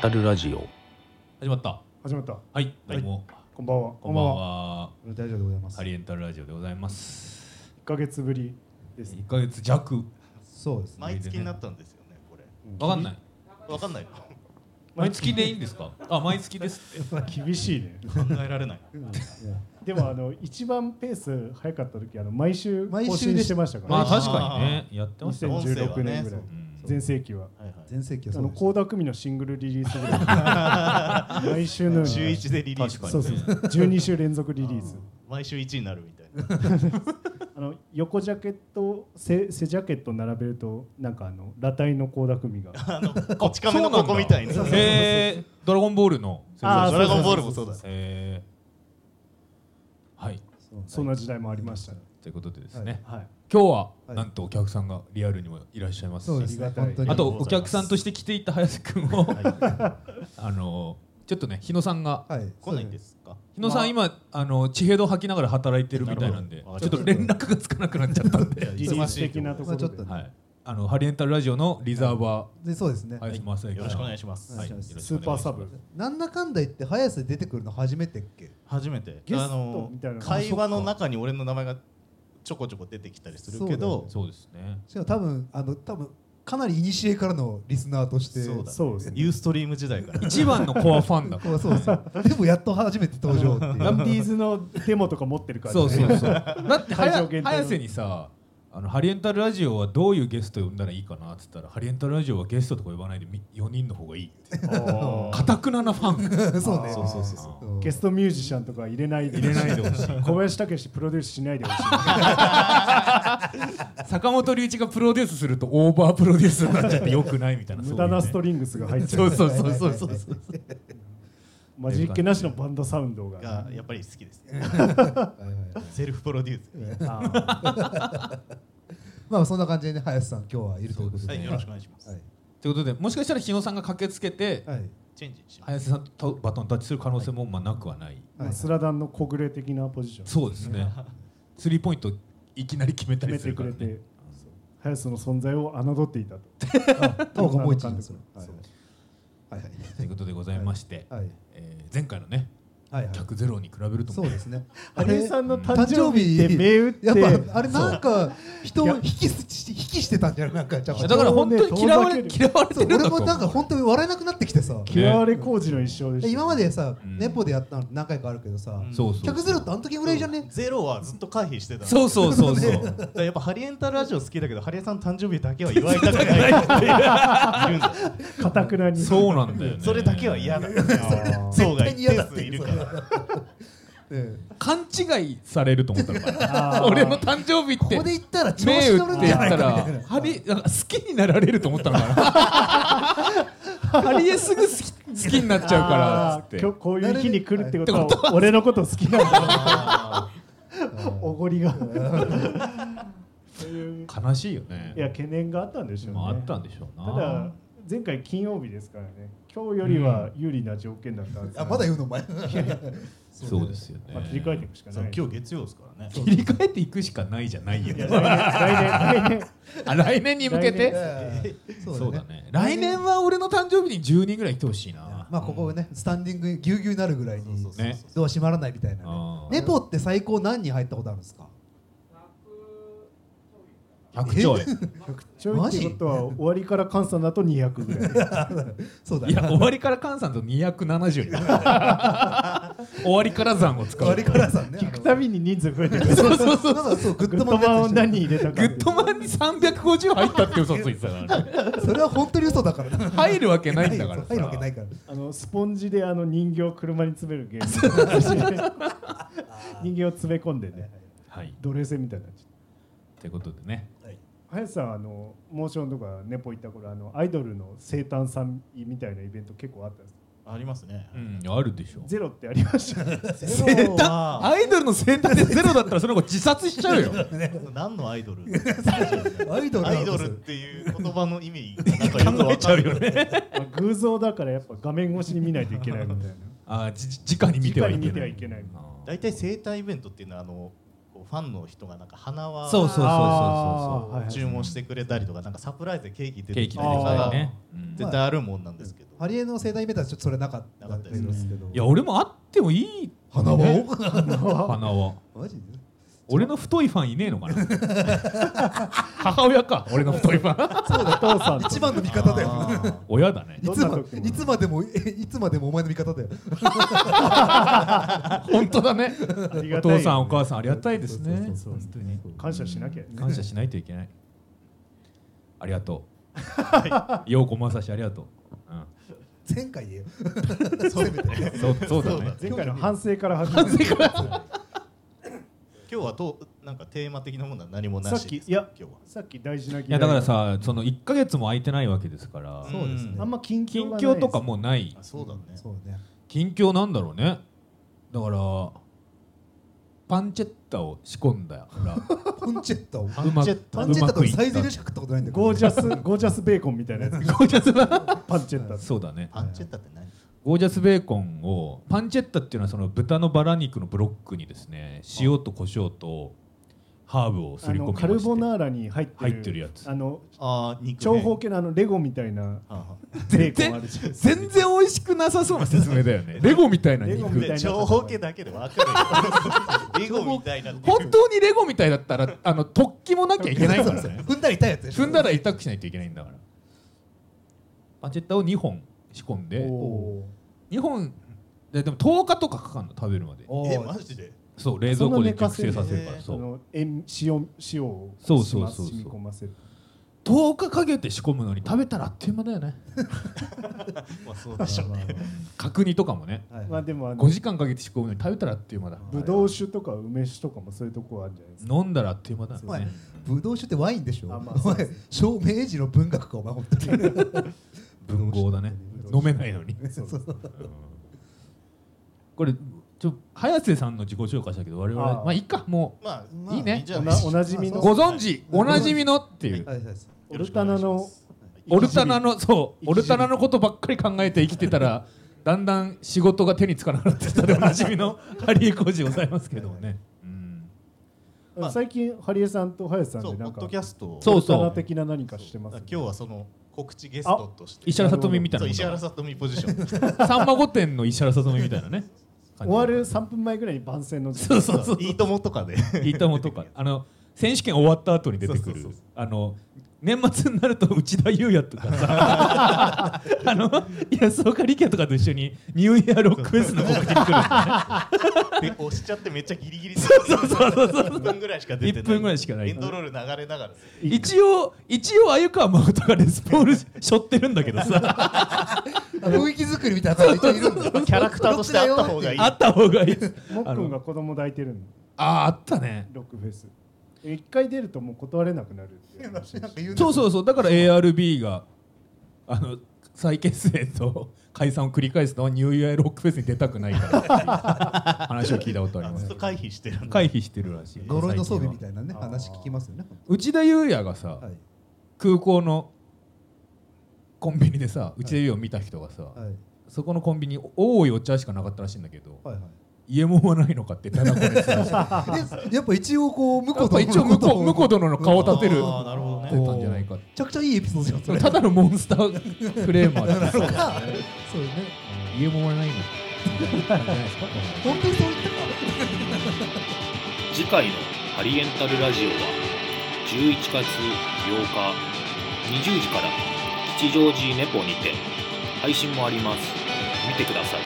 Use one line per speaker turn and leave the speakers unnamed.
語るラジオ
始まった。
始まった。
はい、どうも。
こんばんは。
こんばん。は。
大丈夫でございます。
ハリエンタルラジオでございます。
一ヶ月ぶりですね。
一ヶ月弱。
そうです
毎月になったんですよねこれ
わかんない。
わかんない
毎月でいいんですか。あ、 毎月です。
厳しいね。
考えられない
でもあの一番ペース早かった時あの毎週
毎週
更新してましたから
まあ
ね。
確かにね、やってましたよ。
音声は
2016
ね
年ぐらい
うん
全盛期は。
はいはい
全盛期は
あ
そう
の
でした
高田組のシングルリリースぐら い。毎週のように。
週一でリリース
確か
そう
に
そう
ね。。
12週連続リリース。
毎週一になるみたいな
あの横ジャケット背背ジャケット並べるとなんかあの裸体の高田組が。
あのこち亀のここみたいな
そうなんだへえ、ドラゴンボールの。
あー
ドラゴンボールもそうだ
へえ。はい。
そんな時代もありましたね。
ということでですね。
はい。
今日は
はい
なんとお客さんがリアルにもいらっしゃいます。
そうです
あ
ね
りがたい
本当に
あとお客さんとして来ていた林くんを あのちょっとね日野さんが
はい
来ないんですか
日野さん今あの地平道吐きながら働いてるみたいなんで
なるほど
ちょっと連絡がつかなくなっちゃったん で
忙
リリース的なところで。
まあちょっと
はいあのハリエンタルラジオのリザーバ
でそうですね
ー林正
よろしくお願いし
ま
ます、
はい
お願いします
よろしくお
スーパ
願い
ー
し
サ
ます
ブ。
なんだかんだ言って早瀬出てくるの初めてっけ
初めて
ゲスト
あの
みたいな
会話の中に俺の名前がちょこちょこ出てきたりするけど
そうですね
しかも多分あの多分かなり古からのリスナーとして
そうだ
そうですね。
ユーストリーム時代から
一番のコアファ ンだか
こうそうですよでもやっと初めて登場ってい
ラ
う
ンディーズのデモとか持ってるからら、
そうそうそう
う。
だって
会場
早
限定の
早瀬にさあのハリエンタルラジオはどういうゲスト呼んだらいいかなって言ったらハリエンタルラジオはゲストとか呼ばないでみ4人の方がいいってかたくななファン
そうね
そうそうそう
そう
うん
ゲストミュージシャンとか入れないで入れないでほしい。小林武史プロデュースしないでほしい。
坂本龍一がプロデュースするとオーバープロデュースになっちゃってよくないみたいな
無駄なスト
リ
リングスが入っちゃ。
そううそうそうそうそうそう
マジっ気なしのバンドサウンドが
が。やっぱり好きですね
はいはいはい
セルフプロデュース
あ
まあそんな感じでね早瀬さん今日はいるということ
は
で
いよろしくお願いします、
はい
ということでもしかしたら日野さんが駆けつけて
はい
チェンジします
林さんとバトンタッチする可能性もまあなくはない
ーまあスラダンの小暮的なポジション。
そうですねスリーポイントいきなり決めた
決
り
め
す
て
る
く
から
れ
ね
て、早瀬の存在を侮っていたと。
トークもう一度それはい
そう
はいはい
ということでございまして
はい
えー前回のね
はいはい
客ゼロに比べると
そうですね
羽生さんの誕
誕
生
生
日で
日
銘打っ
や
て
っ、ぱあれなんか人を引きし引きしてたんじゃないなんかちゃん
いや
と
だから本当に嫌われ
遠ざけ
嫌われ
そ
てる
う
んだ
俺
と
も
思う
なんか本当に笑えなくなってきてさ
嫌われ工事の一生でした。
え今までさ
うん
年俸でやったのって何回かあるけどさ
ん
そうそう
客ゼロってあの時ぐらいじゃね
ゼロはずっと回避してた
そうそうそうそう
だからやっぱハリエンタルラジオ好きだけどハリエさんの誕生日だけは祝いたくないっていう
かたくなに。
そうなんだよね
それだけは嫌だ
あー
そうが
絶対に嫌
一定
だって
数いる から
ええ
勘違いされると思ったのかな
あー
俺の誕生日っ
こ
て
こで言ったら調子
目
乗
打
る
っ
ん
て
じゃ
や
な
っ
い
た
からみたいな
ハリなんか好きになられると思ったのかなハリエすぐ好き好きになっちゃうからっつっ
あー
て
今日こういう日に来るってことは俺のこと好きなんだおごりがそういう
悲しいよね
いや懸念があったんでしょうね、
まああったんでしょう
ただ
な
前回金曜日ですからね今日よりは有利な条件だったんです
あまだ
よ、
言うのお前
そうですよね、
まあ、切り替えていくしか
そ
な
う
い
今日月曜ですからね
切り替えていくしかないじゃないよ
いや来年来年来年
あ来年に向けて
ええ
そうだね来年は俺の誕生日に10人ぐらい来てほしいな
まあここねスタンディングぎゅうぎゅうになるぐらいに
うね
ドア閉まらないみたいな
あ
ね
ー
ネポって最高何人入ったことあるんですか
100兆円
ちょいってことは終わりから換算だと200ぐらい
そうだ
いや
ね
終わりから換算と270に終わりから算を使う
割りからさんね
聞くたびに人数増えてくる
そうそうそうそうそうグ
グ
ッ
ッド
ド
マン
マ
を
ンだ
何人入れた
グ
か
ッドマンに350入ったって嘘ついてたからね
それは本当に嘘だからな
入るわけないんだからさ
入るわけないから
あのスポンジであの人形を車に詰めるゲー ム人形を詰め込んでね
はい
奴隷制みたいになっちゃって
ということでね
林さんあのモーションとかネポ行った頃あのアイドルの生誕祭みたいなイベント結構あったんです
ありますね
うんあるでしょ
ゼロってありました
生 誕
は
アイドルの生誕でゼロだったらその子自殺しち ゃうよ
何のアイ ドル
アイドル
ア
な
イ
ん
ド
です
ルっ
よ
ていう言葉の意味なんかよく
考え
わ
ちゃ
か
うんよね
まあ偶像だからやっぱ画面越しに見ないといけないみたいな
あーじじ直に見てはい
直に
け
見て
な
はいいけない
あー
大体生体イベントっていうのはあのこうファンの人がなんか花輪
そうそうそうそう
あーはいはい
注文してくれたりとかなんかサプライズでケーキ
ケ
出て
ー
き
キ
た
出
り
て
と
きた
か
りね、うん
絶対あるもんなんですけど、
ハリエの盛大イベントはちょっとそれなかったですけど
いや俺もあってもいい
花輪 を
花は
マジで
俺の太いファンいねえのかな 母親か俺の太いフ ァン
そうだお父さんと
一番の味方だよ
あー
親だね
い
どん
つ
な
ま
時も
いつまでもえいつまでもお前の味方だよ
本当だね
あり
お
がたい
父
よ
さんお母さんありがたいですね
そうそうそうそう
本当に
感謝しなきゃ
感謝しないといけないありがとう陽子まさしありがとう、
前回言えよせめて
うん、 そうそうだね
前回の反省から始まる
今日はとなんかテーマ的なものは何もなし
さっきいや
今日は
さっき大事な議題
いやだからさその1か月も空いてないわけですから
そうですね
ん
あんま近況
近
がない
況とかもうない
あそうだね
そうね
近況なんだろうねだからパンチェッタを仕込んだら
パンチェッタを
パ
うま
ンチェッ
パ
タ
ンチェッタ
うま
と
くいった
サイゼリヤしか食ったことないんだけど
ゴージャスゴージャスベーコンみたいなやつ
ゴージャスな
パンチェッタ
そうだね
パンチェッタって何
ゴージャスベーコンをパンチェッタっていうのはその豚のバラ肉のブロックにですね塩と胡椒とハーブをす
あ
り込み
の
まして
カルボナーラに入ってる
入ってるやつ
あの
あー肉
長方形のあのレゴみたいな
はんはん
ベーコンあるじゃん
全然美味しくなさそうな説明だよね レゴみたいな
レゴ
肉
みたいな
で長方形だけで 分かるよリゴみたいなって
本当にレゴみたいだったらあの突起もなきゃいけないからね
踏んだら痛いやつでしょ
踏んだら痛くしないといけないんだからパンチェッタを2本仕込んで
お
2本ででも10日とかかかんの食べるまで
お
え
ー
マジで
そう冷蔵庫で熟成さ
そ
んな寝かせ
せ
る
るから
ね
そ
そう
の塩塩塩を
そうそうそうそう
染み込ませる
10日かけて仕込むのに食べたらあっという間だよね
まあそうでしょうね
角煮とかもね
はい
まあでもあの
5時間かけて仕込むのに食べたらあっという間だ
ぶどう酒とか梅酒とかもそういうとこあるんじゃないですか
飲んだらあっという間だよね
ぶどう酒ってワインでしょ
あまあ
お前照明時の文学かお前本当に
文豪だね飲めないのに
そう
これちょ早瀬さんの自己紹介したけど我々
あー
まあいいかも
まあ
まあ
いいね
じゃあ
おなおなじみ
う
の
ご存知おなじみのっていう
はいはい
オルタナ
よろ
の
しくお
オ
願いします
ルタナのそう
生き字引
オルタナのことばっかり考えて生きてたらだんだん仕事が手につかなくなってきたでおなじみのハリー・コージございますけどもね、うん、
まあ
最近ハリエさんとハヤさん
そ
で
うポ
なん
ッ
か
ドキャストを
そう
オルタナ的な何かしてます
今
よね
日はその告知ゲストとして
石原さとみみたい
そ
な
う
もん
石
だ
原さとみポ ジション
さんま御殿の石原さとみみたいなね
終わる3分前ぐらいに番宣の時
そうそうそう
いいともと かで
いいともとかあの選手権終わった後に出てく
そうそう
る
そう
あの年末になると内田裕也とかさ あの安岡力也とかと一緒にニューイヤーロックフェスの告知に来る
で押しちゃってめっちゃギリギリ
そうそうそうそう
1分ぐらいしか出てない
1分ぐらいしかない
エンドロール流れながら
一応一応鮎川誠がレスポールしょってるんだけどさ
あ雰囲気作りみたいな感じでいるん だ
キャラクターとしてあった方がいい
あった方がいい
もっくんが子供抱いてるの
あああったね
ロックフェス一回出るともう断れなくなるっていう話
なんか言うんだ
そうそうそうだから ARB があの再結成と解散を繰り返すのはニューイヤーロックフェスに出たくないからっていう話を聞いたことあり
あ
ま
ずっ
す
と回避してるんだ
回避してるらしい
呪いの装備み
い
たいなね
あー
話聞きますよね
内田裕也がさ、
はい
空港のコンビニでさ内田裕也を見た人がさ、
はい
そこのコンビニ多いお茶しかなかったらしいんだけど、
はいはい
家もはないのかって言ったなこれさ
でやっぱ一応こう向 こ
や
う
っぱ一応向こう向こう
と
殿の顔を立てる
あーなるほど
出
ね
たんじゃないかって
めちゃくちゃいいエピソードじゃんそれ
ただのモンスタークレーマーです
そうか そうね
家もはないの かって言ったんじゃないですか
本当にそう言ったか
次回のハリエンタルラジオは11月8日20時から吉祥寺ネポにて配信もあります見てください